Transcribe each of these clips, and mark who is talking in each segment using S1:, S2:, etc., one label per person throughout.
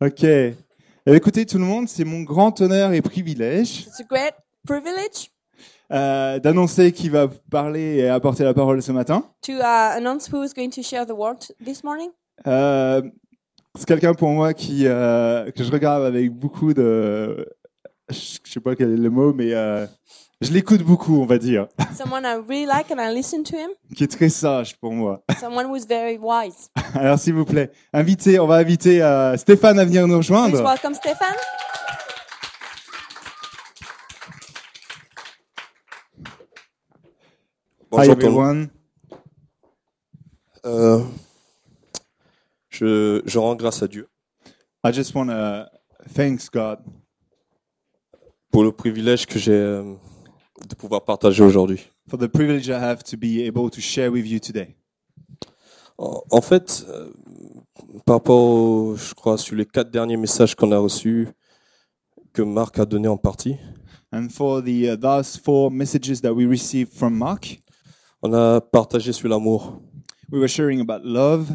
S1: Ok. Eh bien, Écoutez tout le monde, c'est mon grand honneur et privilège
S2: It's a great privilege
S1: euh, d'annoncer qui va parler et apporter la parole ce matin.
S2: to uh, announce who is going to share the word this morning.
S1: Euh, c'est quelqu'un pour moi qui euh, que je regarde avec beaucoup de, je sais pas quel est le mot, mais euh, je l'écoute beaucoup, on va dire,
S2: Someone I really like and I listen to him.
S1: qui est très sage pour moi.
S2: Someone who's very wise.
S1: Alors s'il vous plaît, invitez, on va inviter euh, Stéphane à venir nous
S2: Please
S1: rejoindre.
S2: welcome Stefan.
S1: Hi
S3: Bonjour tout le
S1: everyone.
S3: monde. Euh, je, je rends grâce à Dieu
S1: I just want to thanks God
S3: pour le privilège que j'ai euh, de pouvoir partager aujourd'hui.
S1: for the privilege I have to be able to share with you today.
S3: En, en fait, euh, par rapport, au- je crois, sur les quatre derniers messages qu'on a reçus, que Marc a donné en partie,
S1: And for the uh, last four messages that we received from Mark,
S3: on a partagé sur l'amour.
S1: we were sharing about love.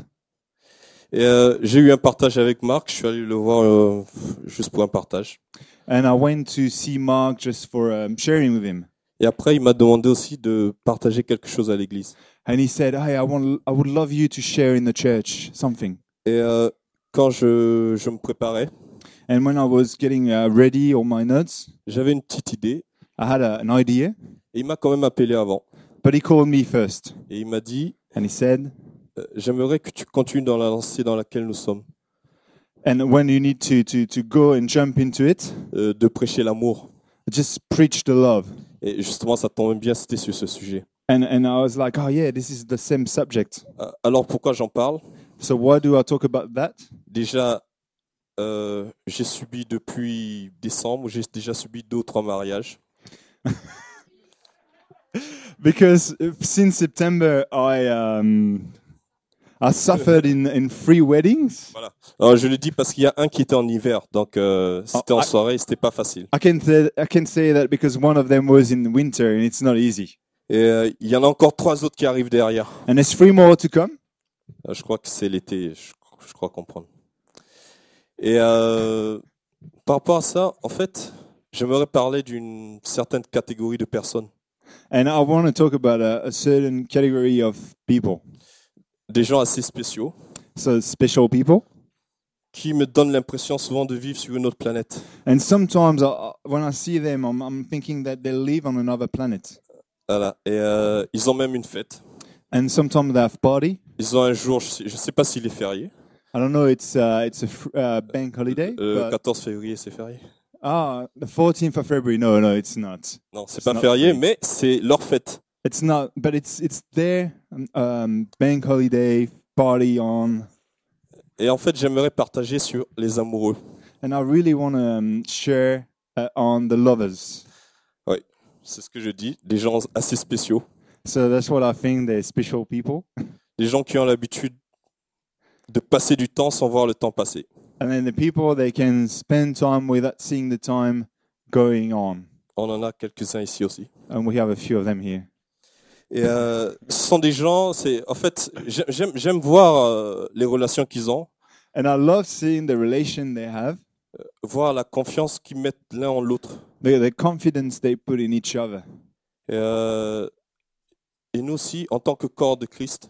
S3: Et euh, j'ai eu un partage avec Marc, je suis allé le voir euh, juste pour un partage.
S1: And I went to see Mark just for um, sharing with him.
S3: Et après, il m'a demandé aussi de partager quelque chose à l'église.
S1: And he said, Hey, I, want, I would love you to share in the church something.
S3: Et euh, quand je, je me préparais,
S1: And when I was getting uh, ready all my notes,
S3: j'avais une petite idée.
S1: I had a, an idea.
S3: Et il m'a quand même appelé avant.
S1: But he called me first.
S3: Et il m'a dit,
S1: And he said,
S3: euh, j'aimerais que tu continues dans la lancée dans laquelle nous sommes,
S1: And when you need to, to, to go and jump into it,
S3: euh, de prêcher l'amour.
S1: just preach the love.
S3: Et justement, ça tombe bien, c'était sur ce sujet.
S1: And, and I was like, Oh, yeah, this is the same subject.
S3: Euh, Alors pourquoi j'en parle
S1: So why do I talk about that?
S3: Déjà, euh, j'ai subi depuis décembre, j'ai déjà subi deux ou trois mariages.
S1: because since September I um, I suffered in in three weddings.
S3: Alors je le dis parce qu'il y a un qui était en hiver, donc euh, c'était
S1: Ah,
S3: en
S1: ah.
S3: soirée, et c'était pas facile.
S1: I can say I can say that because one of them was in winter and it's not easy.
S3: Et euh, il y en a encore trois autres qui arrivent derrière.
S1: And there's three more to come.
S3: Euh, Je crois que c'est l'été, je, je crois comprendre. Et euh, par rapport à ça, en fait, j'aimerais parler d'une certaine catégorie de personnes.
S1: And I want to talk about a, a certain category of people,
S3: Des gens assez spéciaux
S1: so special people.
S3: qui me donnent l'impression souvent de vivre sur une autre planète.
S1: And sometimes I, when I see them, I'm, I'm thinking that they live on another planet.
S3: Voilà. Et euh, ils ont même une fête.
S1: And sometimes they have party.
S3: Ils ont un jour, je sais, je sais pas s'il est férié.
S1: I don't know. It's uh, it's a fr- uh, bank holiday.
S3: Le
S1: but,
S3: 14 Euh, février, c'est férié.
S1: ah, the 14th of February. No, no, it's not.
S3: Non, c'est
S1: C'est
S3: pas
S1: notre
S3: férié,
S1: férié.
S3: mais c'est leur fête.
S1: It's not, but it's it's their um, bank holiday party on,
S3: Et en fait, j'aimerais partager sur les amoureux.
S1: and I really want to um, share uh, on the lovers.
S3: C'est ce que je dis. Des gens assez spéciaux.
S1: So that's what I think. They're special people,
S3: des gens qui ont l'habitude de passer du temps sans voir le temps passer.
S1: and then the people they can spend time without seeing the time going on,
S3: On en a quelques-uns ici aussi.
S1: and we have a few of them here.
S3: Et euh, ce sont des gens, c'est en fait, j'ai- j'aime j'aime voir euh, les relations qu'ils ont,
S1: And I love seeing the relation they have,
S3: voir la confiance qu'ils mettent l'un en l'autre.
S1: the, the confidence they put in each other,
S3: Et, euh, et nous aussi, en tant que corps de Christ,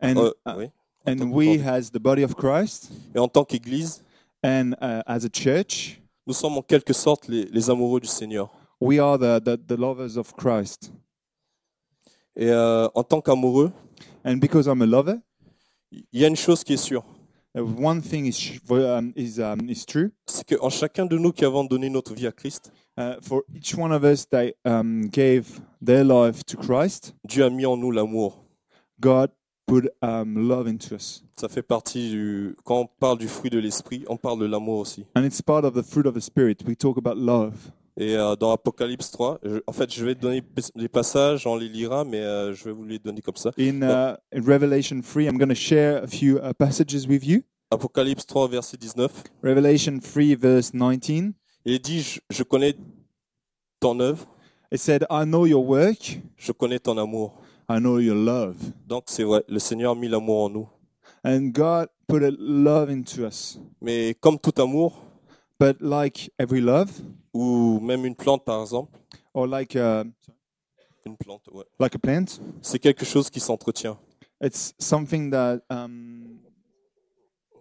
S1: and
S3: euh,
S1: uh,
S3: oui,
S1: and we as the body of Christ,
S3: et en tant qu'Église,
S1: and uh, as a church,
S3: nous sommes en quelque sorte les, les amoureux du Seigneur.
S1: we are the the, the lovers of Christ.
S3: Et euh, en tant qu'amoureux,
S1: And because I'm a lover,
S3: il y a une chose qui est sûre,
S1: uh, one thing is sh- for, um, is um, is true
S3: c'est qu'en chacun de nous qui avons donné notre vie à Christ,
S1: uh, for each one of us that um, gave their life to Christ.
S3: Dieu a mis en nous l'amour.
S1: God put um, love into us,
S3: Ça fait partie du. Quand on parle du fruit de l'esprit, on parle de l'amour aussi.
S1: and it's part of the fruit of the spirit. We talk about love,
S3: Et euh, dans Apocalypse 3, je- en fait, je vais donner p- les passages, on les lira, mais euh, je vais vous les donner comme ça.
S1: in, uh, in Revelation three. I'm going to share a few uh, passages with you.
S3: Apocalypse 3, verset 19.
S1: Revelation three, verse nineteen.
S3: Il est dit Je, je connais ton œuvre,
S1: It said, "I know your work.
S3: je connais ton amour.
S1: I know your love."
S3: Donc, c'est vrai, le Seigneur a mis l'amour en nous.
S1: And God put a love into us.
S3: Mais comme tout amour,
S1: But like every love,
S3: ou même une plante par exemple,
S1: or like a,
S3: une plante, ouais,
S1: like a plant,
S3: c'est quelque chose qui s'entretient.
S1: it's something that um,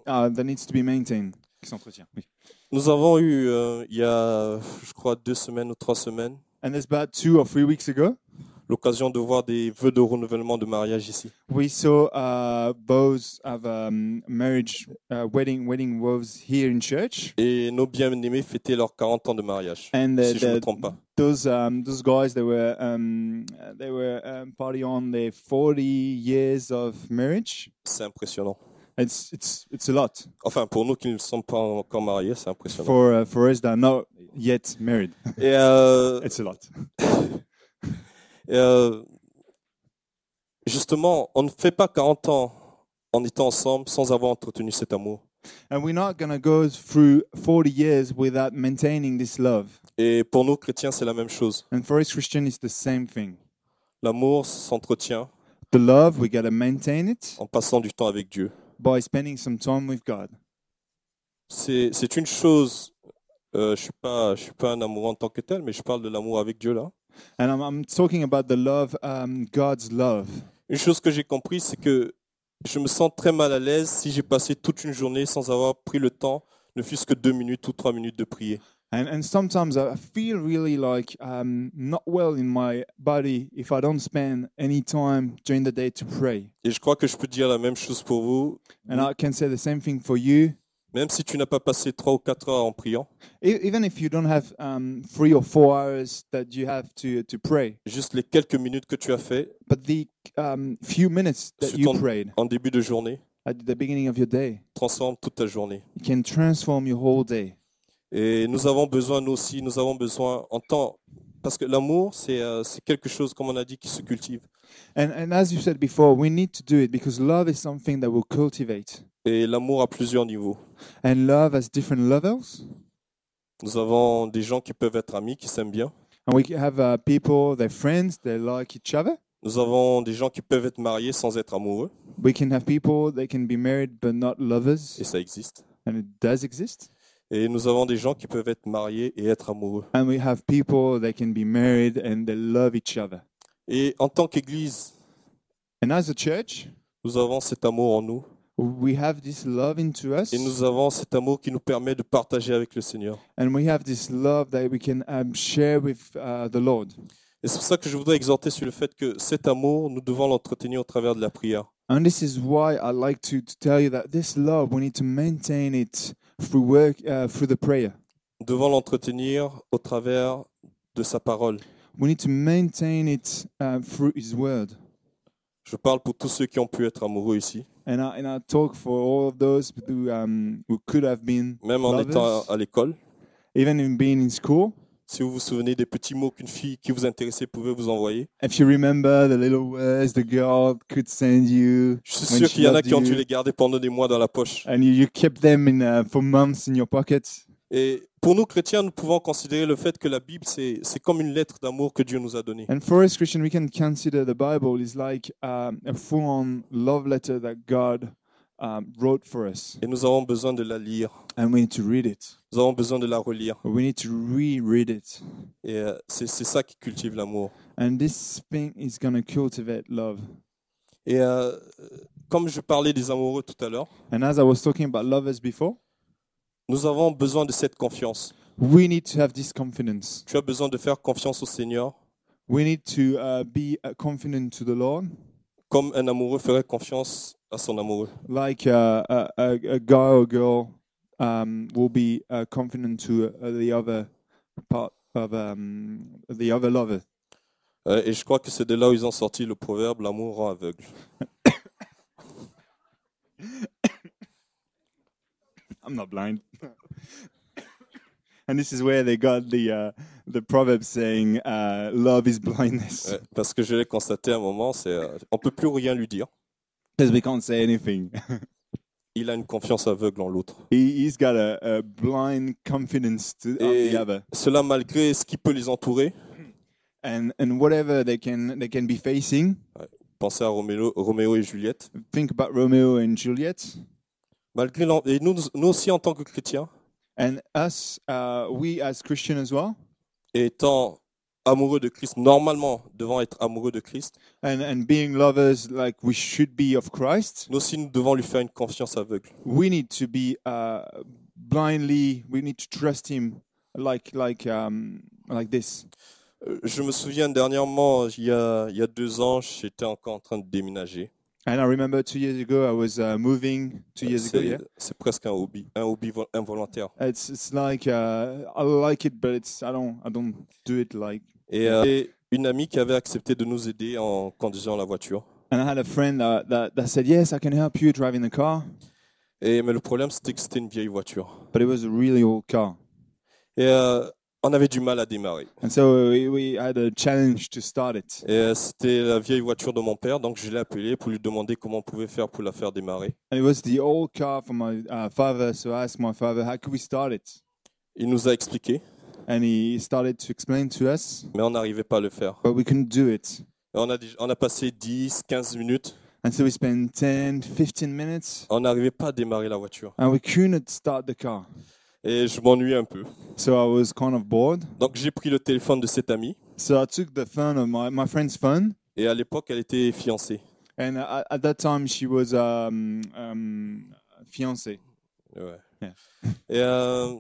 S1: uh, that needs to be maintained. Qui s'entretient. Oui.
S3: Nous avons eu, euh, il y a, je crois, deux semaines ou trois semaines,
S1: And it's about two or three weeks ago,
S3: l'occasion de voir des vœux de renouvellement de mariage ici.
S1: we saw uh, bows of um, marriage, uh, wedding, wedding vows here in church,
S3: Et nos bien-aimés fêtaient leurs 40 ans de mariage,
S1: and the,
S3: si je ne me
S1: the,
S3: trompe pas.
S1: those um, those guys they were um, they were um, party on their 40 years of marriage.
S3: C'est impressionnant.
S1: It's it's it's a lot
S3: Enfin, pour nous qui ne sommes pas encore mariés, c'est impressionnant.
S1: for uh, for us that are not yet married.
S3: Et, euh,
S1: It's a lot.
S3: et, euh, justement, on ne fait pas 40 ans en étant ensemble sans avoir entretenu cet amour.
S1: And we're not gonna go through 40 years without maintaining this love.
S3: Et pour nous, chrétiens, c'est la même chose.
S1: And for us Christian, it's the same thing.
S3: L'amour s'entretient
S1: The love we gotta maintain it
S3: en passant du temps avec Dieu.
S1: by spending some time with God.
S3: C'est c'est une chose, euh, je suis pas, je suis pas un amoureux en tant que tel, mais je parle de l'amour avec Dieu là.
S1: And I'm, I'm talking about the love, um, God's love.
S3: Une chose que j'ai compris, c'est que je me sens très mal à l'aise si j'ai passé toute une journée sans avoir pris le temps, ne fût-ce que deux minutes ou trois minutes de prier.
S1: And, and sometimes I feel really like um, not well in my body if I don't spend any time during the day to pray.
S3: Et je crois que je peux dire la même chose pour vous,
S1: And I can say the same thing for you.
S3: même si tu n'as pas passé trois ou quatre heures en priant,
S1: E- even if you don't have um, three or four hours that you have to, to pray,
S3: juste les quelques minutes que tu as fait
S1: but the um, few minutes that
S3: Ce
S1: you
S3: temps-
S1: prayed
S3: en début de journée
S1: at the beginning of your day
S3: transforme toute ta journée.
S1: can transform your whole day.
S3: Et nous avons besoin, nous aussi, nous avons besoin en temps. Parce que l'amour, c'est euh, c'est quelque chose, comme on a dit, qui se cultive.
S1: And, and as you said before, we need to do it because love is something that we'll cultivate.
S3: Et l'amour à plusieurs niveaux.
S1: And love has different levels.
S3: Nous avons des gens qui peuvent être amis, qui s'aiment bien.
S1: And we have uh, people, they're friends, they like each other.
S3: Nous avons des gens qui peuvent être mariés sans être amoureux.
S1: We can have people, they can be married but not lovers.
S3: Et ça existe.
S1: And it does exist.
S3: Et nous avons des gens qui peuvent être mariés et être amoureux.
S1: And we have people, they can be married and they love each other.
S3: Et en tant qu'Église,
S1: And as a church,
S3: nous avons cet amour en nous.
S1: we have this love into us.
S3: Et nous avons cet amour qui nous permet de partager avec le Seigneur.
S1: And we have this love that we can um, share with uh, the Lord.
S3: Et c'est pour ça que je voudrais exhorter sur le fait que cet amour, nous devons l'entretenir au travers de la prière.
S1: And this is why I like to, to tell you that this love, we need to maintain it through work, uh, through the prayer.
S3: devant l'entretenir au travers de sa parole.
S1: We need to maintain it uh, through His Word.
S3: Je parle pour tous ceux qui ont pu être amoureux ici,
S1: And I, and I talk for all of those who, um, who could have been,
S3: même en
S1: Lovers.
S3: étant à- à l'école.
S1: even in being in school.
S3: Si vous vous souvenez des petits mots qu'une fille qui vous intéressait pouvait vous envoyer,
S1: If you remember the little words the girl could send you,
S3: je suis
S1: When
S3: sûr
S1: she
S3: qu'il y en a
S1: loved
S3: qui ont dû
S1: you.
S3: les garder pendant des mois dans la poche.
S1: and you, you kept them in, uh, for months in your pocket.
S3: Et pour nous chrétiens, nous pouvons considérer le fait que la Bible, c'est c'est comme une lettre d'amour que Dieu nous a donnée.
S1: And for us Christian, we can consider the Bible is like um, a full-on love letter that God um, wrote for us,
S3: Et nous avons besoin de la lire,
S1: and we need to read it.
S3: nous avons besoin de la relire.
S1: We need to reread it,
S3: Et euh, c'est c'est ça qui cultive l'amour.
S1: and this thing is gonna cultivate love.
S3: Et euh, comme je parlais des amoureux tout à l'heure,
S1: And as I was talking about lovers before,
S3: nous avons besoin de cette confiance.
S1: we need to have this confidence.
S3: Tu as besoin de faire confiance au Seigneur
S1: We need to uh, be uh, confident to the Lord,
S3: comme un amoureux ferait confiance à son amoureux.
S1: like uh, a, a, a guy or girl um, will be uh, confident to uh, the other part of um, the other lover.
S3: Euh, et je crois que c'est de là où ils ont sorti le proverbe l'amour rend aveugle.
S1: I'm not blind. and this is where they got the uh, the proverb saying, uh, "Love is blindness,"
S3: Ouais, Euh, parce que je l'ai constaté à un moment, c'est euh, on peut plus rien lui dire.
S1: because we can't say anything.
S3: Il a une confiance aveugle en l'autre.
S1: he, he's got a, a blind confidence to on
S3: Eh.
S1: the other,
S3: Cela malgré ce qui peut les entourer.
S1: and and whatever they can they can be facing.
S3: Pensez à Roméo, Roméo et Juliette.
S1: Think about Romeo and Juliet.
S3: Malgré l'en- et nous, nous aussi en tant que chrétiens,
S1: And us, uh, we as Christian as well,
S3: étant amoureux de Christ, normalement devant être amoureux de Christ,
S1: and, and being lovers like we should be of Christ,
S3: nous aussi nous devons lui faire une confiance aveugle.
S1: we need to be uh, blindly, we need to trust Him like, like, um, like this.
S3: Euh, Je me souviens dernièrement, il y a, il y a deux ans, j'étais encore en train de déménager.
S1: And I remember two years ago, I was uh, moving two years ago, yeah?
S3: C'est c'est presque un hobby, un hobby vol- involontaire.
S1: It's, it's like, uh, I like it, but it's, I don't, I don't do it like.
S3: Et euh, et une amie qui avait accepté de nous aider en conduisant la voiture.
S1: And I had a friend that, that, that said, yes, I can help you driving the car,
S3: Et, mais le problème, c'était que c'était une vieille voiture.
S1: but it was a really old car.
S3: Et euh, on avait du mal à démarrer.
S1: And so we, we had a challenge to start it.
S3: Et euh, c'était la vieille voiture de mon père, donc je l'ai appelé pour lui demander comment on pouvait faire pour la faire démarrer.
S1: And it was the old car from my uh, father, so I asked my father, how could we start it?
S3: Il nous a expliqué,
S1: And he started to explain to us,
S3: mais on n'arrivait pas à le faire.
S1: but we couldn't do it.
S3: Et on, a, dé- on a passé 10, 15 minutes,
S1: And so we spent 10, 15 minutes,
S3: on n'arrivait pas à démarrer la voiture.
S1: and we couldn't start the car.
S3: Et je m'ennuyais un peu.
S1: So I was kind of bored.
S3: Donc j'ai pris le téléphone de cette amie,
S1: So I took the phone of my, my friend's phone,
S3: et à l'époque, elle était fiancée.
S1: and uh, at that time she was um, um, fiancée.
S3: Ouais.
S1: Yeah.
S3: Et euh,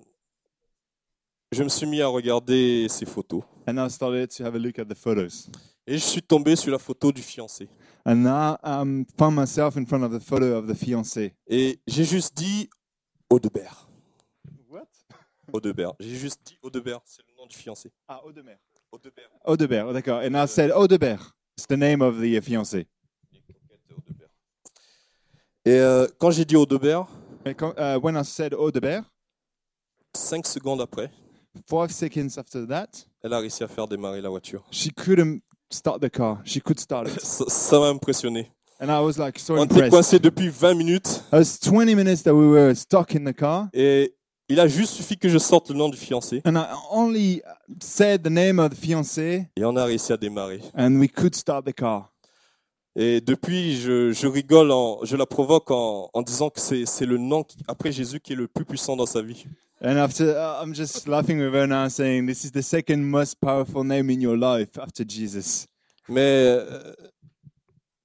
S3: je me suis mis à regarder ses photos.
S1: And I started to have a look at the photos.
S3: Et je suis tombé sur la photo du fiancé.
S1: And now I um, found myself in front of the photo of the fiancée.
S3: Et j'ai juste dit Audebert.
S1: What?
S3: Audebert. J'ai juste dit Audebert, c'est le nom du fiancé.
S1: Ah, Audebert.
S3: Audebert.
S1: Audebert, d'accord. And I said Audebert. It's the name of the fiancée.
S3: Audebert. Et euh, quand j'ai dit Audebert,
S1: And co- uh, when I said Audebert,
S3: cinq secondes après,
S1: five seconds after that,
S3: elle a réussi à faire démarrer la voiture.
S1: she couldn't start the car. She could start it.
S3: Ça ça m'a impressionné.
S1: And I was like so
S3: On était
S1: impressed.
S3: coincés depuis 20 minutes
S1: It was 20 minutes that we were stuck in the car.
S3: et il a juste suffi que je sorte le nom du fiancé
S1: And I only said the name of the fiancée,
S3: et on a réussi à démarrer.
S1: and we could start the car.
S3: Et depuis, je, je rigole, en- je la provoque en, en disant que c'est c'est le nom qui- après Jésus qui est le plus puissant dans sa vie.
S1: And after, uh, I'm just laughing with her now, saying, This is the second most powerful name in your life after Jesus.
S3: Mais euh,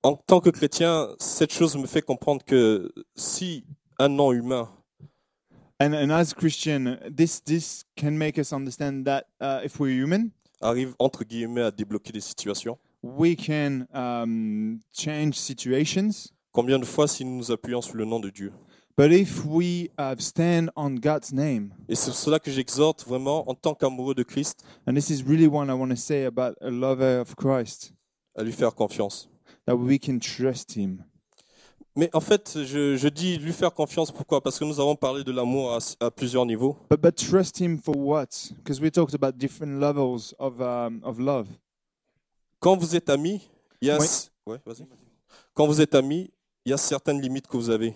S3: en tant que chrétien, cette chose me fait comprendre que si un nom humain,
S1: And, and as Christian, this, this can make us understand that uh, if we're human,
S3: arrive entre guillemets à débloquer des situations,
S1: we can um, change situations.
S3: combien de fois si nous nous appuyons sur le nom de Dieu
S1: But if we uh, stand on God's name,
S3: Et c'est pour cela que j'exhorte vraiment en tant qu'amoureux de Christ
S1: and this is really one I want to say about a lover of Christ,
S3: à lui faire confiance.
S1: that we can trust Him.
S3: Mais en fait, je, je dis lui faire confiance pourquoi Parce que nous avons parlé de l'amour à- à plusieurs niveaux.
S1: But but trust Him for what? Because we talked about different levels of um, of love.
S3: quand vous êtes amis, il y a
S1: Oui.
S3: ouais, vas-y. Quand vous êtes amis, il y a certaines limites que vous avez.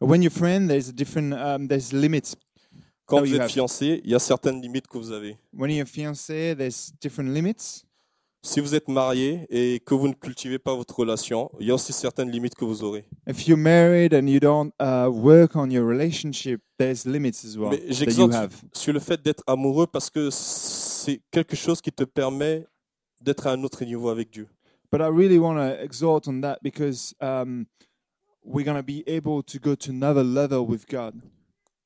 S1: When you're friend, there's a different um, there's limits.
S3: Quand
S1: No,
S3: vous
S1: you
S3: êtes
S1: have.
S3: fiancé, il y a certaines limites que vous avez.
S1: When you're fiancé, there's different limits.
S3: Si vous êtes marié et que vous ne cultivez pas votre relation, il y a aussi certaines limites que vous aurez.
S1: If you're married and you don't uh, work on your relationship, there's limits as well
S3: Mais
S1: that you
S3: j'exhorte-
S1: have.
S3: Sur le fait d'être amoureux, parce que c'est quelque chose qui te permet d'être à un autre niveau avec Dieu.
S1: But I really want to exhort on that because um, we're going to be able to go to another level with God.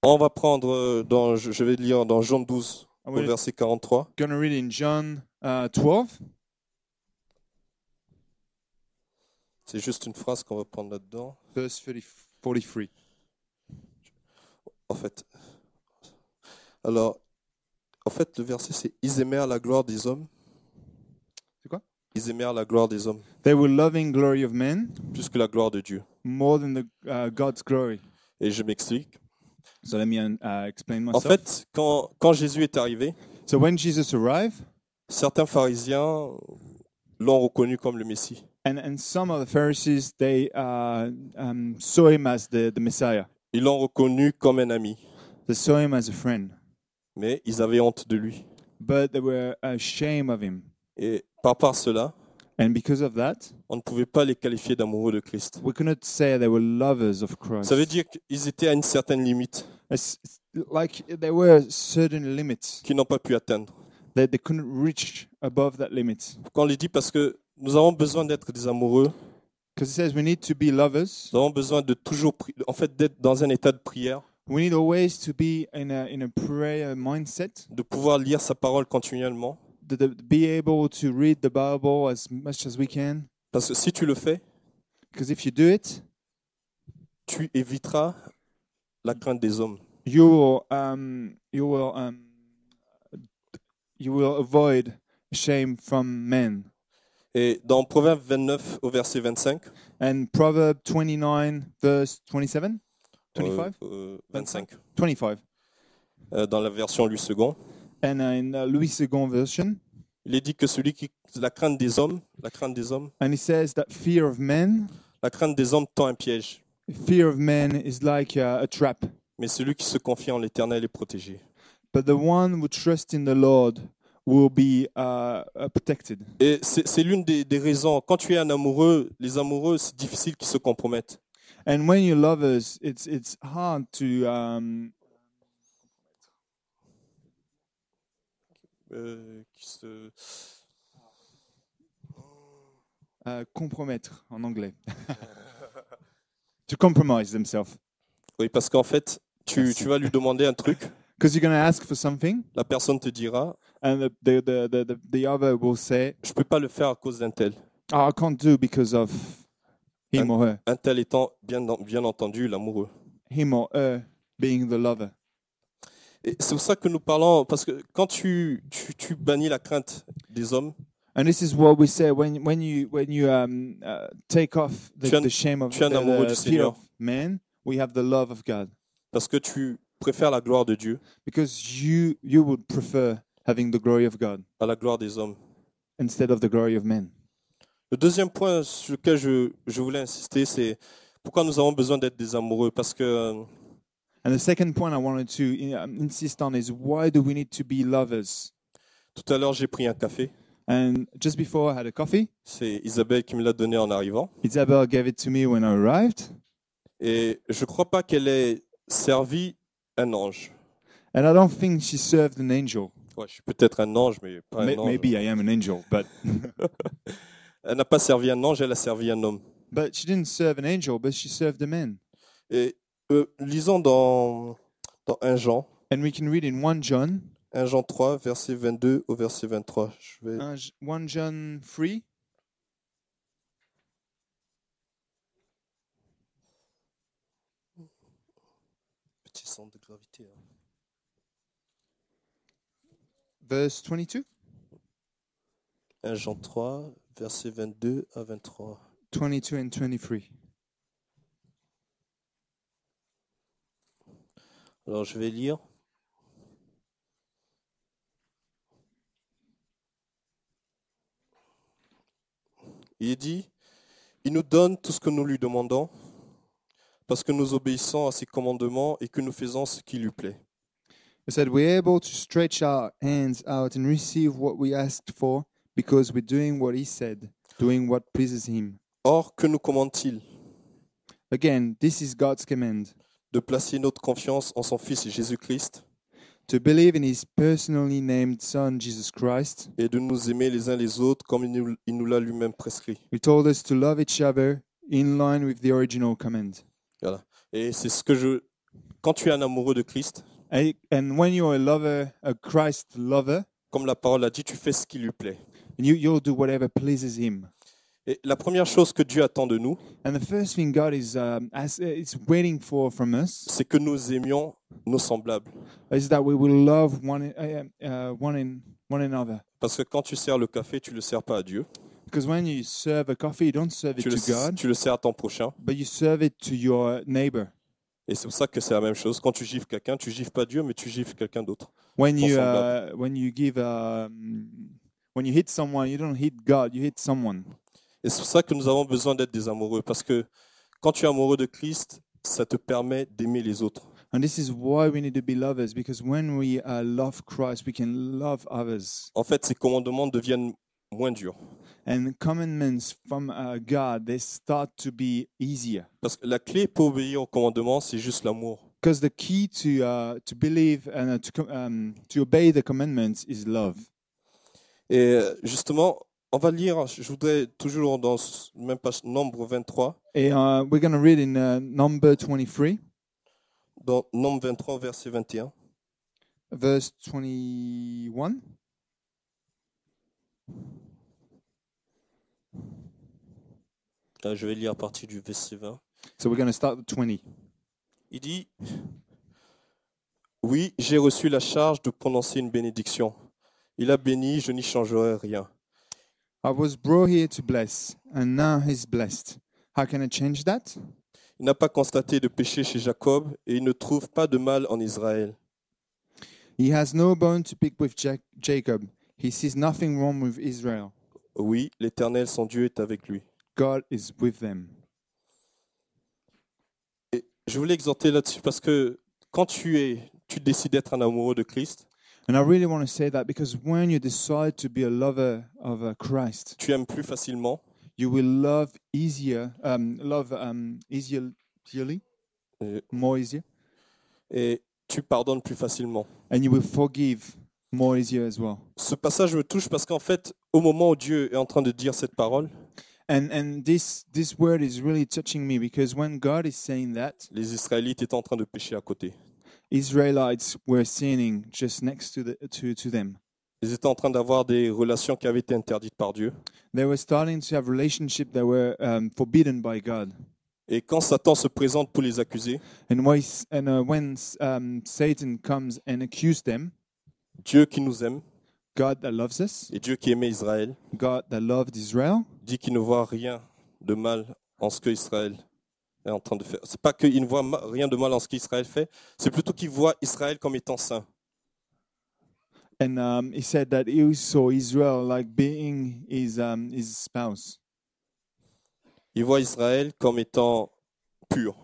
S3: On va prendre, euh, dans, je je vais lire dans Jean 12,
S1: And
S3: au
S1: we're
S3: verset 43.
S1: going to read in John uh, 12.
S3: C'est juste une phrase qu'on va prendre là-dedans.
S1: verse 30, 43.
S3: en fait. Alors, en fait, le verset, c'est Ils aimèrent la gloire des hommes.
S1: C'est quoi
S3: Ils aimèrent la gloire des hommes,
S1: They were loving glory of men
S3: plus que la gloire de Dieu.
S1: more than the, uh, God's glory.
S3: Et je m'explique.
S1: So let me uh, explain
S3: En
S1: myself.
S3: fait, quand, quand Jésus est arrivé,
S1: so when Jesus arrived,
S3: certains pharisiens l'ont reconnu comme le Messie.
S1: and, and some of the Pharisees, they uh, um, saw him as the, the Messiah.
S3: Ils l'ont reconnu comme un ami,
S1: They saw him as a friend,
S3: mais ils avaient honte de lui.
S1: but they were ashamed of him.
S3: Et par rapport à cela,
S1: And because of that,
S3: On ne pouvait pas les qualifier d'amoureux de Christ.
S1: we cannot say they were lovers of Christ.
S3: Ça veut dire qu'ils étaient à une certaine limite
S1: It's- it's like there were certain limits
S3: qu'ils n'ont pas pu atteindre.
S1: that they couldn't reach above that limit.
S3: Pourquoi on les dit Parce que nous avons besoin d'être des amoureux.
S1: Because it says we need to be lovers.
S3: Nous avons besoin de toujours, pri- en fait, d'être dans un état de prière,
S1: We need always to be in a, in a prayer mindset,
S3: de pouvoir lire sa parole continuellement.
S1: to, to be able to read the Bible as much as we can.
S3: Parce que si tu le fais,
S1: Because if you do it,
S3: tu éviteras la crainte des hommes.
S1: you will um, you will um, you will avoid shame from men.
S3: Et dans Proverbe 29 au verset 25,
S1: And Proverb 29 verse 27, 25,
S3: euh, euh, 25
S1: 25.
S3: euh, dans la version Louis II,
S1: And uh, in uh, Louis II version,
S3: il est dit que celui qui la crainte des hommes, la crainte des hommes,
S1: and it says that fear of men,
S3: la crainte des hommes tend un piège,
S1: fear of men is like uh, a trap,
S3: mais celui qui se confie en l'Éternel est protégé.
S1: but the one who trusts in the Lord will be uh, uh, protected.
S3: Et c'est c'est l'une des, des raisons. Quand tu es un amoureux, les amoureux, c'est difficile qu'ils se compromettent.
S1: And when you lovers, it's it's hard to um,
S3: Euh, qui se-
S1: uh, compromettre en anglais. to compromise themselves.
S3: Oui, parce qu'en fait, tu,
S1: Merci.
S3: tu vas lui demander un truc,
S1: Because you're going to ask for something,
S3: la personne te dira,
S1: and the, the, the, the, the, the other will say,
S3: je peux pas le faire à cause d'un tel.
S1: oh, I can't do because of him or her.
S3: Un tel étant, bien, en- bien entendu, l'amoureux.
S1: Him or her being the lover.
S3: Et c'est pour ça que nous parlons, parce que quand tu, tu, tu bannis la crainte des hommes,
S1: And this is what we say when, when you, when you um, uh, take off the,
S3: Tu es un-
S1: the shame of
S3: tu es un
S1: the-
S3: amoureux
S1: the
S3: du
S1: fear
S3: Seigneur.
S1: of man, we have the love of God.
S3: parce que tu préfères la gloire de Dieu
S1: Because you, you would prefer having the glory of God
S3: à la gloire des hommes.
S1: instead of the glory of men.
S3: Le deuxième point sur lequel je, je voulais insister, c'est pourquoi nous avons besoin d'être des amoureux. Parce que euh,
S1: And the second point I wanted to um, insist on is why do we need to be lovers?
S3: tout à l'heure, j'ai pris un café.
S1: And just before I had a coffee,
S3: C'est Isabelle qui me l'a donné en arrivant.
S1: Isabel gave it to me when I arrived,
S3: Et je ne crois pas qu'elle ait servi un ange.
S1: and I don't think she served an angel.
S3: Ouais, je suis peut-être un ange, mais pas
S1: May-
S3: un ange.
S1: Maybe hein. I am an angel, but
S3: Elle n'a pas servi un ange, elle a servi un homme.
S1: but she didn't serve an angel, but she served a man.
S3: Et euh, lisons dans, dans 1 Jean,
S1: And we can read in 1 John,
S3: 1 Jean 3, verset 22 au verset 23. Je vais...
S1: 1 J- 1 uh, John 3,
S3: Petit centre de gravité. hein.
S1: verse 22,
S3: 1 Jean 3, verset 22 à 23.
S1: 22 and 23.
S3: Alors je vais lire. Il est dit, il nous donne tout ce que nous lui demandons, parce que nous obéissons à ses commandements et que nous faisons ce qui lui plaît.
S1: It said, We're able to stretch our hands out and receive what we asked for because we're doing what he said, doing what pleases him.
S3: Or, que nous commande-t-il
S1: Again, this is God's command
S3: De placer notre confiance en son Fils Jésus-Christ
S1: to believe in his personally named Son, Jesus Christ.
S3: et de nous aimer les uns les autres comme il nous- il nous l'a lui-même prescrit.
S1: He told us to love each other in line with the original command.
S3: Et c'est ce que je... Quand tu es un amoureux de Christ,
S1: And and when you're a lover, a Christ lover,
S3: comme la parole a dit, tu fais ce qui lui plaît.
S1: you, you'll do whatever pleases Him.
S3: Et la première chose que Dieu attend de nous,
S1: And the first thing God is um, as, is waiting for from us
S3: c'est que nous aimions nos semblables.
S1: is that we will love one uh, uh, one in one another.
S3: Parce que quand tu sers le café, tu le sers pas à Dieu.
S1: Because when you serve a coffee, you don't serve it
S3: Tu le,
S1: to God,
S3: tu le sers à ton prochain.
S1: but you serve it to your neighbor.
S3: Et c'est pour ça que c'est la même chose. Quand tu gifles quelqu'un, tu gifles pas Dieu, mais tu gifles quelqu'un d'autre.
S1: When
S3: Ton
S1: you uh, when you give um, when you hit someone, you don't hit God, you hit someone.
S3: Et c'est pour ça que nous avons besoin d'être des amoureux. Parce que quand tu es amoureux de Christ, ça te permet d'aimer les autres.
S1: And this is why we need to be lovers, because when we uh, love Christ, we can love others.
S3: En fait, ces commandements deviennent moins durs.
S1: and commandments from uh, God they start to be easier.
S3: Parce que la clé pour obéir aux commandements, c'est juste l'amour.
S1: Because the key to uh, to believe and uh, to com- um, to obey the commandments is love.
S3: Et euh, justement, on va lire, je voudrais toujours dans ce- même page Nombre 23,
S1: Et, uh, we're going to read in uh, number 23,
S3: dans Nombre 23, verset 21.
S1: verse 21.
S3: Là, je vais lire à partir du verset 20.
S1: So we're going to start with 20.
S3: Il dit Oui, j'ai reçu la charge de prononcer une bénédiction. Il a béni, je n'y changerai rien.
S1: I was brought here to bless, and now he's blessed. How can I change that?
S3: Il n'a pas constaté de péché chez Jacob et il ne trouve pas de mal en Israël.
S1: He has no bone to pick with Jac- Jacob. He sees nothing wrong with Israel.
S3: Oui, l'Éternel, son Dieu, est avec lui.
S1: God is with them.
S3: Et je voulais exhorter là-dessus parce que quand tu es, tu décides d'être un amoureux de Christ,
S1: And I really want to say that because when you decide to be a lover of uh, Christ,
S3: tu aimes plus facilement.
S1: you will love easier, um, love um, easier, easily,
S3: Yeah.
S1: more easier,
S3: et tu pardonnes plus facilement.
S1: and you will forgive more easier as well.
S3: Ce passage me touche parce qu'en fait, au moment où Dieu est en train de dire cette parole,
S1: And and this this word is really touching me because when God is saying that,
S3: les Israélites étaient en train de pécher à côté.
S1: Israelites were sinning just next to the to, to them.
S3: Ils étaient en train d'avoir des relations qui avaient été interdites par Dieu.
S1: They were starting to have relationships that were um, forbidden by God.
S3: Et quand Satan se présente pour les accuser,
S1: And why s- and uh, when um, Satan comes and accuses them,
S3: Dieu qui nous aime
S1: God that loves us,
S3: et Dieu qui aimait Israël
S1: God that loved Israel,
S3: dit qu'il ne voit rien de mal en ce que Israël est en train de faire. C'est pas qu'il ne voit ma- rien de mal en ce qu'Israël fait, c'est plutôt qu'il voit Israël comme étant saint.
S1: and um, he said that he saw Israel like being his um, his spouse.
S3: Il voit Israël comme étant pur.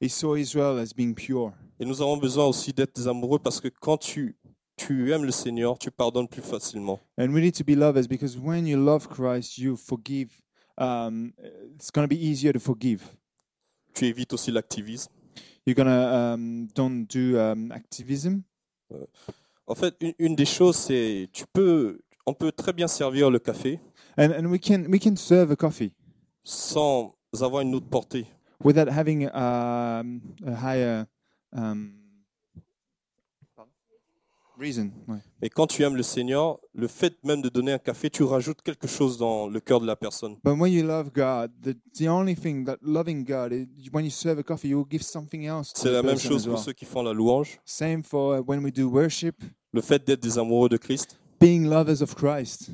S1: He saw Israel as being pure.
S3: Et nous avons besoin aussi d'être des amoureux parce que quand tu, tu aimes le Seigneur, tu pardonnes plus facilement.
S1: And we need to be lovers because when you love Christ, you forgive. Um, it's gonna be easier to forgive.
S3: Tu évites aussi l'activisme.
S1: You're gonna um, don't do um, activism.
S3: En fait, une, une des choses, c'est tu peux, on peut très bien servir le café
S1: And and we can we can serve a coffee
S3: sans avoir une autre portée.
S1: without having um, a higher um, reason. ouais.
S3: Et quand tu aimes le Seigneur, le fait même de donner un café, tu rajoutes quelque chose dans le cœur de la personne.
S1: But when you love God, the, the only thing that loving God, is, when you serve a coffee, you will give something else. To
S3: C'est
S1: the
S3: la même
S1: person
S3: chose
S1: as
S3: pour
S1: well.
S3: ceux qui font la louange.
S1: Same for when we do worship,
S3: Le fait d'être des amoureux de Christ
S1: being lovers of Christ,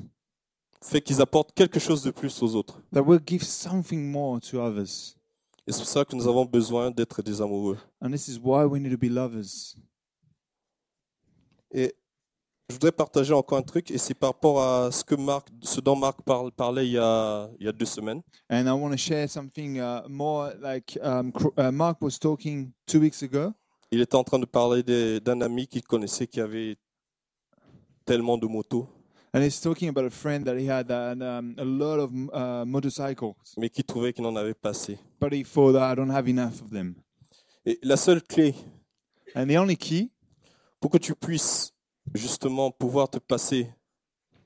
S3: fait qu'ils apportent quelque chose de plus aux autres.
S1: that will give something more to others.
S3: Et c'est pour ça que nous avons besoin d'être des amoureux.
S1: And this is why we need to be lovers.
S3: Et je voudrais partager encore un truc, et c'est par rapport à ce que Marc, ce dont Marc parle- parlait il y, a, il y a deux semaines.
S1: And I want to share something uh, more. Like um, Cro- uh, Mark was talking two weeks ago,
S3: Il était en train de parler des- d'un ami qu'il connaissait qui avait tellement de motos,
S1: and he's talking about a friend that he had uh, and, um, a lot of uh, motorcycles,
S3: mais qui trouvait qu'il n'en avait pas assez.
S1: but he thought, I don't have enough of them.
S3: Et la seule clé
S1: And the only key
S3: pour que tu puisses justement pouvoir te passer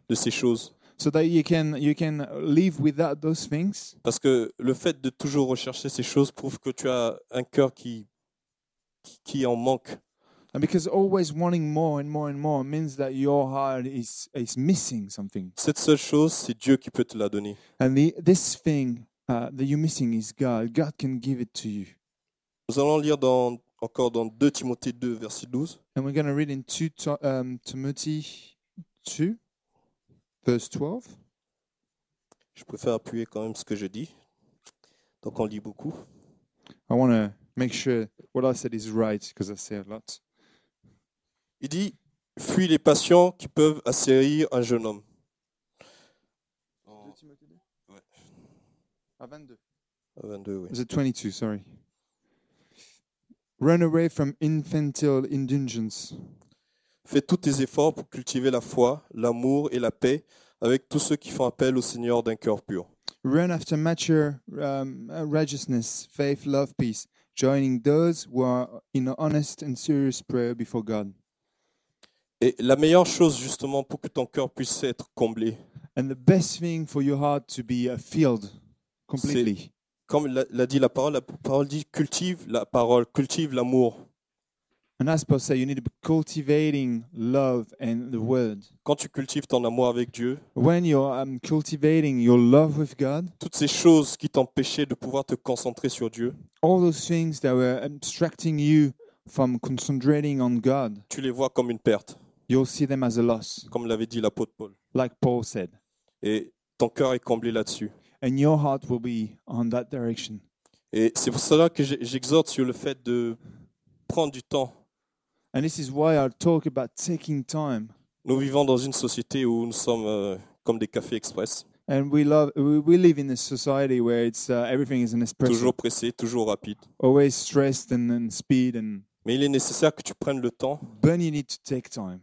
S3: de ces choses,
S1: so that you can you can live without those things
S3: parce que le fait de toujours rechercher ces choses prouve que tu as un cœur qui, qui, qui en manque.
S1: and because always wanting more and more and more means that your heart is is missing something
S3: Cette seule chose, c'est Dieu qui peut te la donner.
S1: and the this thing uh, that you're missing is god god can give it to you
S3: Nous allons lire dans, encore dans 2 Timothée 2, verset 12.
S1: and we're going to read in 2 Ti- um, timothy 2 verse 12
S3: Je préfère appuyer quand même ce que je dis. Donc on lit beaucoup.
S1: i want to make sure what i said is right because i say a lot
S3: Il dit Fuis les passions qui peuvent assérir un jeune homme. En 22, oui.
S1: Is it 22? Sorry. Run away from infantile indulgence.
S3: Fais tous tes efforts pour cultiver la foi, l'amour et la paix avec tous ceux qui font appel au Seigneur d'un cœur pur.
S1: Run after mature um, uh, righteousness, faith, love, peace, joining those who are in honest and serious prayer before God.
S3: Et la meilleure chose justement pour que ton cœur puisse être comblé,
S1: And the best thing for your heart to be uh, filled completely
S3: comme l'a l'a dit la parole, la parole dit cultive la parole, cultive l'amour.
S1: And as Paul said, you need to be cultivating love and the word.
S3: Quand tu cultives ton amour avec Dieu,
S1: When you're um, cultivating your love with God,
S3: toutes ces choses qui t'empêchaient de pouvoir te concentrer sur Dieu,
S1: all those things that were abstracting you from concentrating on God,
S3: tu les vois comme une perte,
S1: you'll see them as a loss,
S3: comme l'avait dit l'apôtre Paul.
S1: like Paul said.
S3: Et ton cœur est comblé là-dessus.
S1: And your heart will be on that direction.
S3: Et c'est pour cela que j'ai- j'exhorte sur le fait de prendre du temps.
S1: And this is why I talk about taking time.
S3: Nous vivons dans une société où nous sommes euh, comme des cafés express,
S1: And we love we, we live in a society where it's uh, everything is an espresso,
S3: toujours pressés, toujours rapides.
S1: always stressed and, and speed and
S3: Mais il est nécessaire que tu prennes le temps
S1: but you need to take time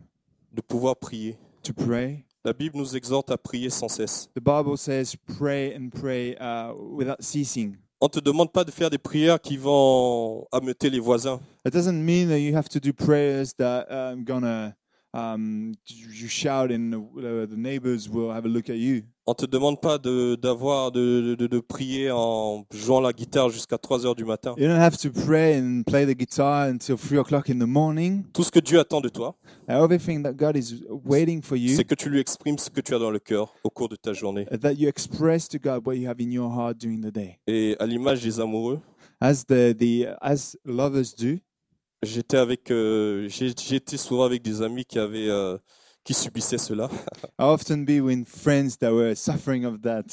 S3: de pouvoir prier.
S1: to pray.
S3: La Bible nous exhorte à prier sans cesse.
S1: The Bible says pray and pray uh, without ceasing.
S3: On ne te demande pas de faire des prières qui vont ameuter les voisins.
S1: It doesn't mean that you have to do prayers that um, gonna um, you shout and the, the neighbors will have a look at you.
S3: On ne te demande pas de, d'avoir, de, de- de prier en jouant la guitare jusqu'à 3 heures du matin.
S1: You don't have to pray and play the guitar until three o'clock in the morning. Uh,
S3: Tout ce que Dieu attend de toi,
S1: Everything that God is waiting for you, uh,
S3: c'est que tu lui exprimes ce que tu as dans le cœur au cours de ta journée.
S1: that you express to God what you have in your heart during the day,
S3: Et à l'image des amoureux,
S1: as the, the as lovers do.
S3: j'étais avec, euh, j'ai- j'étais souvent avec des amis qui avaient, euh, qui subissaient cela.
S1: I often be with friends that were suffering of that,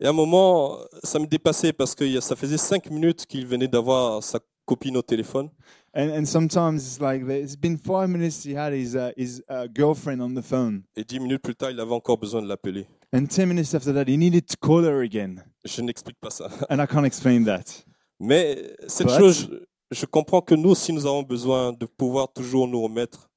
S3: Et à un moment, ça me dépassait parce que il y a- ça faisait cinq minutes qu'il venait d'avoir sa copine au téléphone.
S1: and and sometimes it's like that. it's been five minutes he had his uh, his uh, girlfriend on the phone,
S3: Et dix minutes plus tard, il avait encore besoin de l'appeler.
S1: and ten minutes after that he needed to call her again,
S3: Je n'explique pas ça.
S1: and I can't explain that.
S3: Mais cette
S1: But-
S3: chose, je, je comprends que nous aussi, nous avons besoin de pouvoir toujours nous remettre,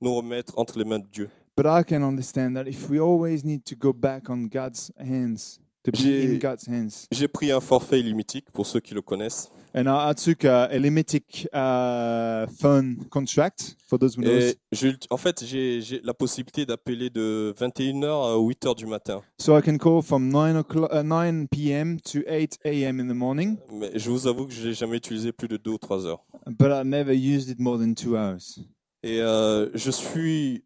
S3: nous remettre entre les mains de Dieu.
S1: But I can understand that if we always need to go back on God's hands, to be
S3: J'ai-
S1: in God's hands.
S3: J'ai pris un forfait illimité pour ceux qui le connaissent.
S1: And I, I took uh, a Limitic uh, phone contract for those who knows.
S3: Et je- en fait, j'ai j'ai la possibilité d'appeler de 21h à 8h du matin.
S1: So I can call from 9, o'clock, uh, 9 p.m. to 8 a.m. in the morning,
S3: Mais je vous avoue que je l'ai jamais utilisé plus de 2 ou 3 heures.
S1: but I never used it more than two hours.
S3: Et euh, je suis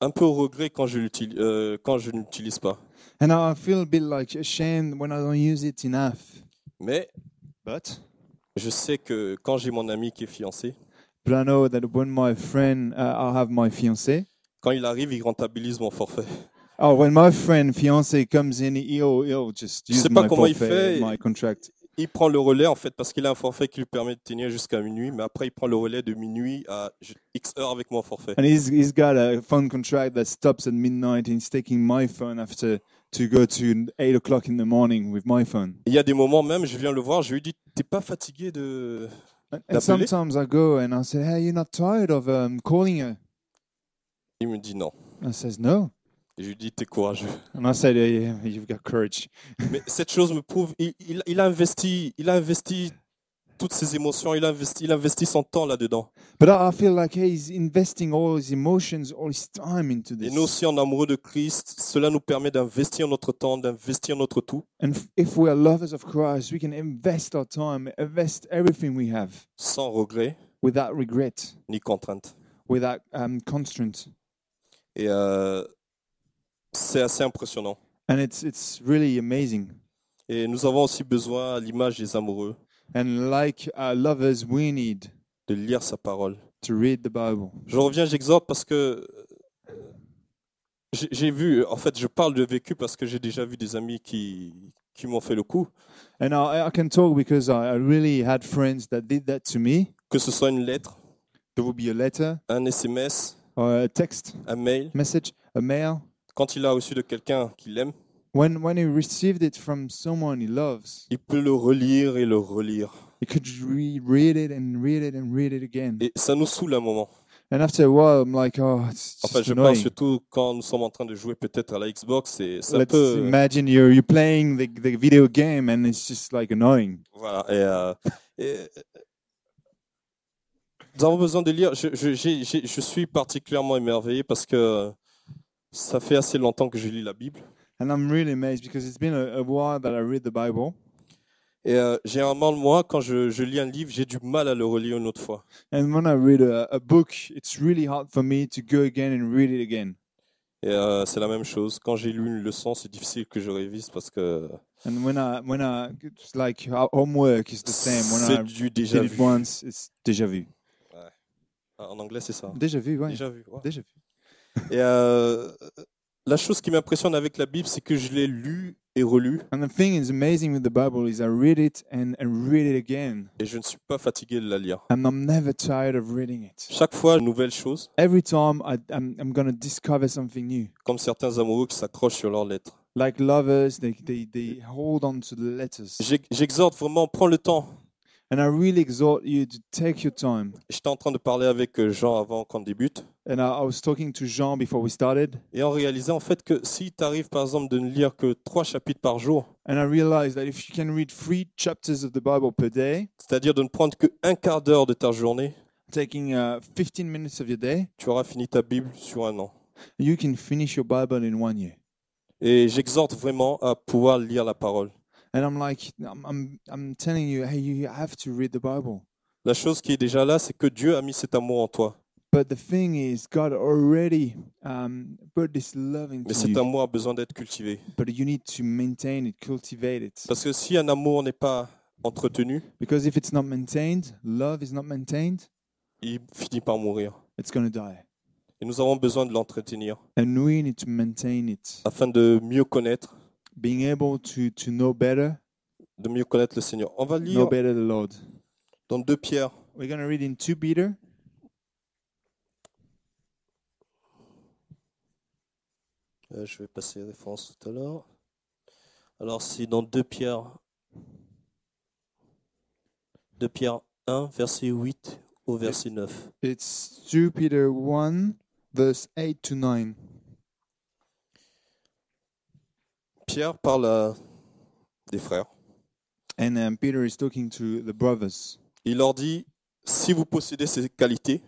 S3: un peu au regret quand je l'utilise, euh, quand je ne l'utilise pas.
S1: And I feel a bit like ashamed when I don't use it enough.
S3: Mais
S1: But
S3: je sais que quand j'ai mon ami qui est fiancé,
S1: but I know that when my friend, uh, I have my fiancée.
S3: quand il arrive, il rentabilise mon forfait.
S1: Oh, when my friend fiancée comes in, he'll he'll just
S3: Je
S1: use
S3: sais pas
S1: my
S3: comment il
S1: forfait,
S3: fait.
S1: my contract.
S3: Il prend le relais en fait parce qu'il a un forfait qui lui permet de tenir jusqu'à minuit, mais après il prend le relais de minuit à X heures avec mon forfait.
S1: And he's he's got a phone contract that stops at midnight. And he's taking my phone after to go to eight o'clock in the morning with my phone.
S3: Il y a des moments même, je viens le voir, je lui dis, t'es pas fatigué de...
S1: And, and
S3: D'appeler?
S1: sometimes I go and I say, "Hey, you're not tired of um, calling her?"
S3: Il me dit non.
S1: And I says, "No."
S3: Et je lui dis, t'es courageux.
S1: And I said, yeah, yeah, "You've got courage."
S3: Mais cette chose me prouve, il, il- il a investi, il a investi toutes ses émotions, il a investi, il investit son temps là-dedans.
S1: But I I feel like hey, he's investing all his emotions, all his time into
S3: Et
S1: this.
S3: nous aussi, en amoureux de Christ, cela nous permet d'investir notre temps, d'investir notre tout,
S1: And f- if we are lovers of Christ, we can invest our time, invest everything we have
S3: sans regret
S1: without regret,
S3: ni contrainte.
S1: without um, constraint.
S3: Et euh, c'est assez impressionnant.
S1: And it's it's really amazing.
S3: Et nous avons aussi besoin, à l'image des amoureux,
S1: And like uh, lovers, we need
S3: de lire sa parole.
S1: to read the Bible.
S3: Je reviens, j'exhorte parce que euh, j'ai j'ai vu, en fait, je parle de vécu parce que j'ai déjà vu des amis qui, qui m'ont fait le coup,
S1: And I, I can talk because I, I really had friends that did that to me.
S3: que ce soit une lettre,
S1: There would be a letter
S3: un SMS,
S1: or a text
S3: un mail,
S1: message, a mail.
S3: quand il a reçu de quelqu'un qu'il aime,
S1: When when he received it from someone he loves,
S3: il peut le relire et le relire.
S1: he could re-read it and read it and read it again.
S3: Et ça nous saoule un moment.
S1: And after a while, I'm like, oh, it's just
S3: Enfin, je parle
S1: annoying.
S3: surtout quand nous sommes en train de jouer peut-être à la Xbox et ça
S1: Let's
S3: peut.
S1: imagine you're you're playing the, the video game and it's just like annoying.
S3: Voilà. Et, euh, et- nous avons besoin de lire. Je, je- j'ai- j'ai- je suis particulièrement émerveillé parce que ça fait assez longtemps que je lis la Bible.
S1: And I'm really amazed because it's been a, a while that I read the Bible.
S3: Et euh, généralement, moi, quand je, je lis un livre, j'ai du mal à le relire une autre fois.
S1: And when I read a, a book, it's really hard for me to go again and read it again.
S3: Et euh, c'est la même chose. Quand j'ai lu une leçon, c'est difficile que je révise parce que
S1: And when I, when I, it's like our homework is the same. When
S3: c'est
S1: I
S3: du déjà
S1: did it
S3: vu.
S1: once, it's déjà vu.
S3: Ah, En anglais, c'est ça.
S1: Déjà vu, ouais.
S3: Déjà vu. ouais.
S1: Déjà vu.
S3: Et euh, la chose qui m'impressionne avec la Bible, c'est que je l'ai lu et relu
S1: And the thing is amazing with the Bible is I read it and, and read it again.
S3: et je ne suis pas fatigué de la lire.
S1: And I'm never tired of reading it.
S3: Chaque fois, une nouvelle chose,
S1: Every time I, I'm, I'm going to discover something new.
S3: comme certains amoureux qui s'accrochent sur leurs lettres.
S1: Like lovers, they, they, they hold on to the letters.
S3: J'ex- J'exhorte vraiment, prends le temps.
S1: And I really exhort you to take your time.
S3: J'étais en train de parler avec euh, Jean avant qu'on débute
S1: And I, I was talking to Jean before we started,
S3: et on réalisait en fait que si tu arrives par exemple de ne lire que trois chapitres par jour,
S1: and I realized that if you can read three chapters of the Bible per day,
S3: c'est-à-dire de ne prendre que un quart d'heure de ta journée,
S1: taking uh, 15 minutes of your day,
S3: tu auras fini ta Bible sur un an.
S1: you can finish your Bible in one year.
S3: Et j'exhorte vraiment à pouvoir lire la parole.
S1: And I'm like, I'm, I'm, I'm telling you, hey, you have to read the Bible.
S3: La chose qui est déjà là, c'est que Dieu a mis cet amour en toi.
S1: But the thing is, God already um, put this love
S3: Mais
S1: into
S3: cet
S1: you.
S3: amour a besoin d'être cultivé.
S1: But you need to maintain it, cultivate it.
S3: Parce que si un amour n'est pas entretenu,
S1: Because if it's not maintained, love is not maintained,
S3: il finit par mourir.
S1: it's going to die.
S3: Et nous avons besoin de l'entretenir
S1: And we need to maintain it.
S3: afin de mieux connaître,
S1: Being able to, to know better,
S3: de mieux connaître le Seigneur. On va
S1: know
S3: lire
S1: better the Lord.
S3: dans 2 Pierre.
S1: We're going to read in 2 Peter.
S3: Euh, je vais passer les références tout à l'heure. Alors c'est dans 2 Pierre 2 Pierre 1 verset 8 au verset 9.
S1: It's 2 Peter 1, verse 8 to 9.
S3: Pierre parle à des frères.
S1: And um, Peter is talking to the brothers.
S3: Il leur dit si vous possédez ces qualités,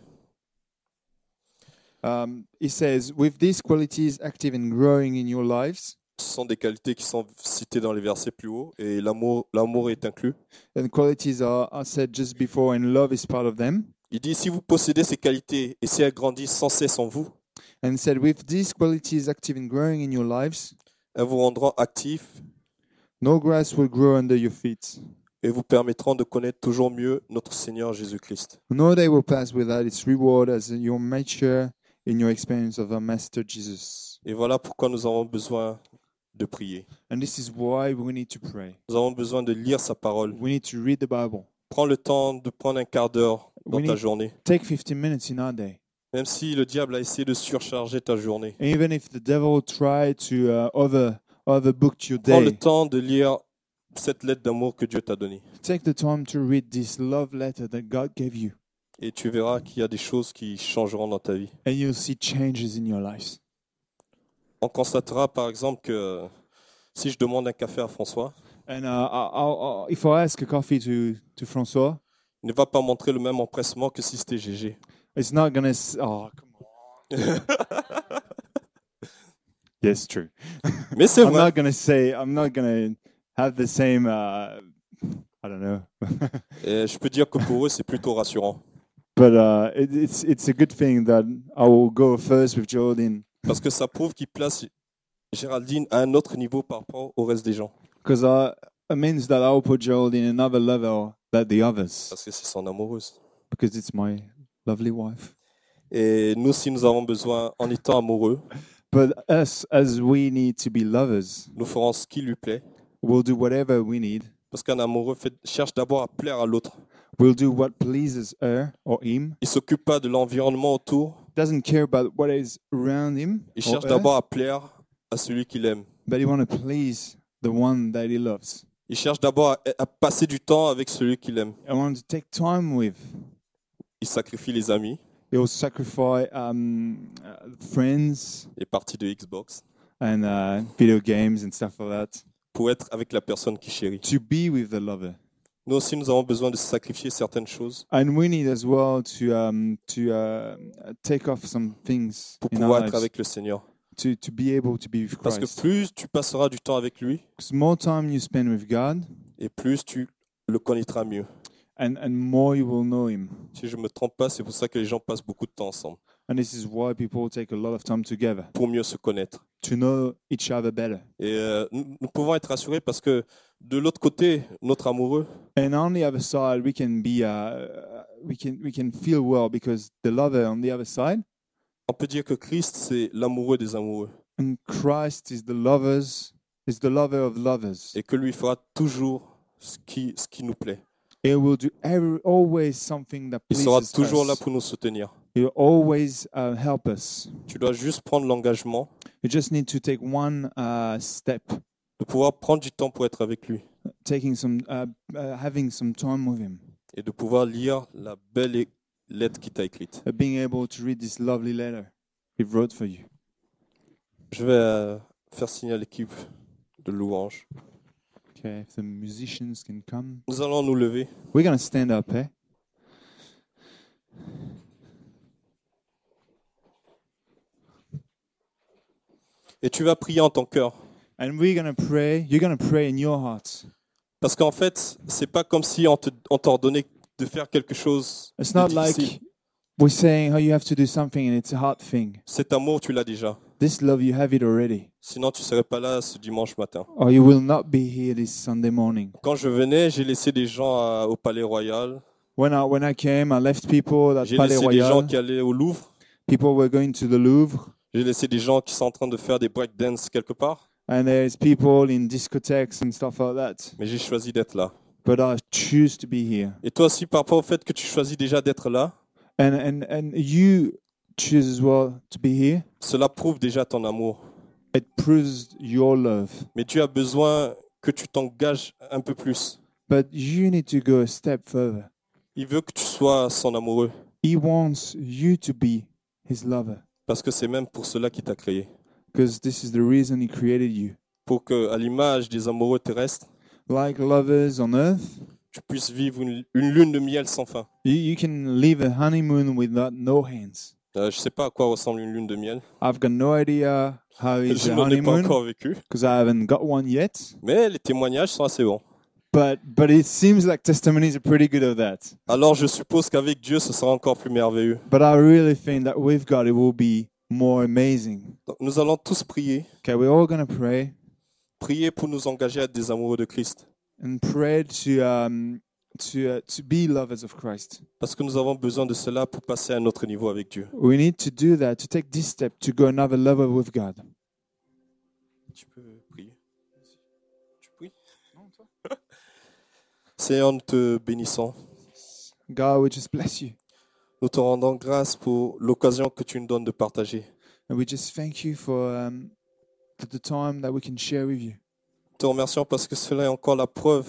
S1: Um, he says, with these qualities active and growing in your lives,
S3: ce sont des qualités qui sont citées dans les versets plus haut et l'amour l'amour est inclus.
S1: and qualities are, are said just before, and love is part of them.
S3: Il dit si vous possédez ces qualités et si elles grandissent sans cesse en vous,
S1: And he said, with these qualities active and growing in your lives,
S3: elles vous rendront actifs
S1: no grass will grow under your feet,
S3: et vous permettront de connaître toujours mieux notre Seigneur Jésus-Christ.
S1: no day will pass without its reward as you mature in your experience of our Master Jesus.
S3: Et voilà pourquoi nous avons besoin de prier.
S1: And this is why we need to pray.
S3: Nous avons besoin de lire sa parole.
S1: We need to read the Bible.
S3: Prends le temps de prendre un quart d'heure dans
S1: Oui.
S3: ta journée.
S1: Take 15 minutes in our day.
S3: Même si le diable a essayé de surcharger ta journée.
S1: Even if the devil tried to uh, over overbook your
S3: Prends le
S1: day,
S3: temps de lire cette lettre d'amour que Dieu t'a donnée.
S1: take the time to read this love letter that God gave you,
S3: Et tu verras qu'il y a des choses qui changeront dans ta vie.
S1: and you'll see changes in your lives.
S3: On constatera par exemple que si je demande un café à François,
S1: And uh, I- I'll, I'll, if I ask a coffee to to Francois,
S3: il ne va pas montrer le même empressement que si c'était GG.
S1: it's not gonna. s- Oh, come on. yes, true.
S3: Mais c'est
S1: I'm
S3: vrai.
S1: not gonna say. I'm not gonna have the same. Uh, I don't know.
S3: Et je peux dire que pour eux, c'est plutôt rassurant.
S1: But uh, it, it's it's a good thing that I will go first with Geraldine.
S3: Parce que ça prouve qu'ils placent Géraldine à un autre niveau par rapport au reste des gens.
S1: because it means that I'll put Gerald in another level than the others
S3: Parce que c'est son amoureuse.
S1: because it's my lovely wife.
S3: Et nous, si nous avons besoin, en étant amoureux,
S1: But us, as we need to be lovers,
S3: nous ferons ce qui lui plaît.
S1: we'll do whatever we need.
S3: Parce qu'un amoureux fait- cherche d'abord à plaire à l'autre.
S1: We'll do what pleases her or him.
S3: Il s'occupe pas de l'environnement autour.
S1: Doesn't care about what is around him.
S3: Il
S1: or
S3: cherche
S1: her,
S3: d'abord à plaire à celui qu'il aime.
S1: but he want to please the one that he loves.
S3: Il cherche d'abord à, à passer du temps avec celui qu'il aime.
S1: I want to take time with.
S3: Il sacrifie les amis.
S1: He also sacrificed um, uh, friends
S3: les parties de Xbox
S1: and uh, video games and stuff like that
S3: pour être avec la personne qui chérit.
S1: to be with the lover.
S3: Nous aussi, nous avons besoin de sacrifier certaines choses
S1: And we need as well to um, to uh, take off some things
S3: pour
S1: in our
S3: pouvoir être
S1: lives,
S3: avec le Seigneur.
S1: to to be able to be with
S3: Parce que
S1: Christ.
S3: plus tu passeras du temps avec lui,
S1: 'Cause more time you spend with God,
S3: et plus tu le connaîtras mieux.
S1: and and more you will know Him.
S3: Si je ne me trompe pas, c'est pour ça que les gens passent beaucoup de temps ensemble,
S1: And this is why people take a lot of time together
S3: pour mieux se connaître.
S1: to know each other better.
S3: Et euh, nous, nous pouvons être rassurés parce que de l'autre côté, notre amoureux,
S1: And on the other side, we can be uh, we can we can feel well because the lover on the other side
S3: on peut dire que Christ, c'est l'amoureux des amoureux,
S1: and Christ is the lovers is the lover of lovers.
S3: et que lui fera toujours ce qui, ce qui nous plaît.
S1: He will do every, always something that
S3: Il sera
S1: pleases
S3: toujours là
S1: us.
S3: pour nous soutenir.
S1: He will always uh, help us.
S3: Tu dois juste prendre l'engagement
S1: You just need to take one uh, step,
S3: de pouvoir prendre du temps pour être avec lui
S1: taking some uh, uh, having some time with him,
S3: et de pouvoir lire la belle é- lettre qu'il t'a écrite.
S1: uh, being able to read this lovely letter he wrote for you.
S3: Je vais euh, faire signer à l'équipe de louange.
S1: Okay, if the musicians can come,
S3: Nous allons nous lever.
S1: we're gonna stand up, eh?
S3: Et tu vas prier en ton cœur.
S1: And we're gonna pray. You're gonna pray in your heart.
S3: Parce qu'en fait, c'est pas comme si on te- on t'ordonnait de faire quelque chose.
S1: It's
S3: de
S1: not like
S3: difficile.
S1: we're saying, "Oh, you have to do something," and it's a hard thing.
S3: Cet amour, tu l'as déjà.
S1: This love, you have it already,
S3: Sinon, tu serais pas là ce dimanche matin.
S1: or you will not be here this Sunday morning.
S3: Quand je venais, j'ai laissé des gens à- au Palais Royal.
S1: When I when I came, I left people at
S3: J'ai
S1: Palais
S3: laissé des gens
S1: Royal.
S3: qui allaient au Louvre.
S1: People were going to the Louvre,
S3: J'ai laissé des gens qui sont en train de faire des breakdance quelque part.
S1: and there's people in discotheques and stuff like that.
S3: Mais j'ai choisi d'être là.
S1: But I choose to be here,
S3: Et toi aussi, par rapport au fait que tu choisis déjà d'être là,
S1: and and and you choose as well to be here.
S3: cela prouve déjà ton amour.
S1: It proves your love.
S3: Mais tu as besoin que tu t'engages un peu plus.
S1: But you need to go a step further.
S3: Il veut que tu sois son amoureux,
S1: He wants you to be his lover.
S3: parce que c'est même pour cela qu'il t'a créé.
S1: because this is the reason he created you.
S3: Pour que, à l'image des amoureux terrestres,
S1: Like lovers on earth,
S3: tu puisses vivre une, une lune de miel sans fin.
S1: you, you can live a honeymoon without no hands.
S3: Euh, je sais pas à quoi ressemble une lune de miel.
S1: I've got no idea how is
S3: Je
S1: a
S3: n'en ai pas
S1: honeymoon
S3: encore vécu.
S1: because I haven't got one yet.
S3: Mais les témoignages sont assez bons.
S1: But but it seems like testimonies are pretty good of that.
S3: Alors je suppose qu'avec Dieu, ce sera encore plus merveilleux.
S1: But I really think that with God it will be more amazing.
S3: Donc, nous allons tous prier.
S1: Okay, we're all gonna pray
S3: Prier pour nous engager à être des amoureux de Christ.
S1: and pray to um to uh, to be lovers of Christ.
S3: Parce que nous avons besoin de cela pour passer à un autre niveau avec Dieu.
S1: We need to do that to take this step to go another level with God.
S3: Tu peux prier. Tu pries Seigneur, nous te bénissons.
S1: God, we just bless you.
S3: Nous te rendons grâce pour l'occasion que tu nous donnes de partager.
S1: And we just thank you for um, th- the time that we can share with you.
S3: Nous te remercions parce que cela est encore la preuve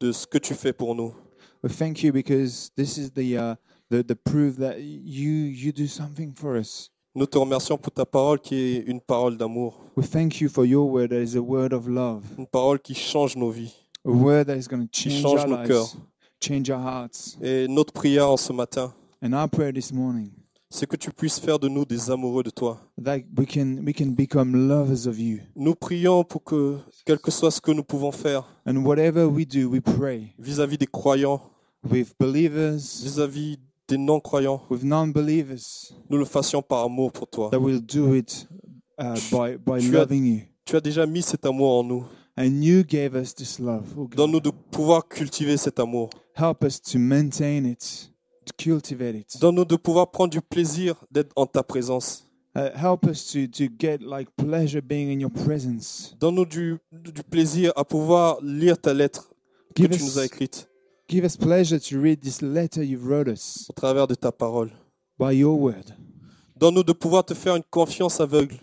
S3: de ce que tu fais pour nous.
S1: We thank you because this is the, uh, the, the proof that you, you do something for us.
S3: Nous te remercions pour ta parole qui est une parole d'amour,
S1: We thank you for your word that is a word of love,
S3: une parole qui change nos vies,
S1: a word that is going to
S3: qui
S1: change
S3: change
S1: our
S3: nos
S1: lives,
S3: cœurs.
S1: change our hearts.
S3: Et notre prière en ce matin,
S1: And our prayer this morning
S3: c'est que tu puisses faire de nous des amoureux de toi.
S1: that we can, we can become lovers of you.
S3: Nous prions pour que, quel que soit ce que nous pouvons faire
S1: And whatever we do, we pray
S3: vis-à-vis des croyants,
S1: with believers,
S3: vis-à-vis des non-croyants,
S1: with non believers,
S3: nous le fassions par amour pour toi.
S1: that we'll do it uh, by, by
S3: Tu as-
S1: loving you.
S3: Tu as déjà mis cet amour en nous.
S1: And you gave us this love. oh God.
S3: Donne-nous de pouvoir cultiver cet amour.
S1: Help us to maintain it, to cultivate it.
S3: Donne-nous de pouvoir prendre du plaisir d'être en ta présence.
S1: Uh, help us to, to get like pleasure being in your presence.
S3: Donne-nous du, du plaisir à pouvoir lire ta lettre que
S1: Give
S3: tu nous as
S1: us,
S3: écrite
S1: give us pleasure to read this letter you've wrote us
S3: au travers de ta parole.
S1: by your word.
S3: Donne-nous de pouvoir te faire une confiance aveugle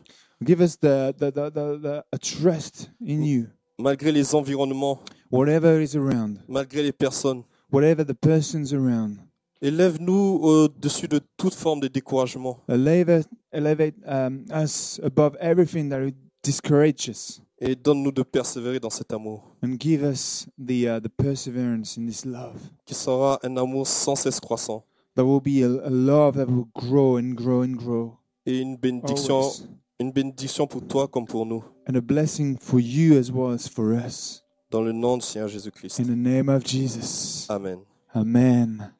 S1: Give us the, the, the, the, the a trust in you,
S3: malgré les environnements,
S1: whatever is around,
S3: malgré les personnes.
S1: whatever the person's around.
S3: Élève-nous au-dessus de toute forme de découragement.
S1: Elevate, elevate um, us above everything that discourages us
S3: et donne-nous de persévérer dans cet amour,
S1: and give us the, uh, the perseverance in this love.
S3: qui sera un amour sans cesse croissant
S1: That will be a, a love that will grow and grow and grow.
S3: et une bénédiction,
S1: always.
S3: une bénédiction pour toi comme pour nous,
S1: And a blessing for you as well as for us.
S3: dans le nom du Seigneur Jésus-Christ.
S1: In the name of Jesus.
S3: Amen.
S1: Amen.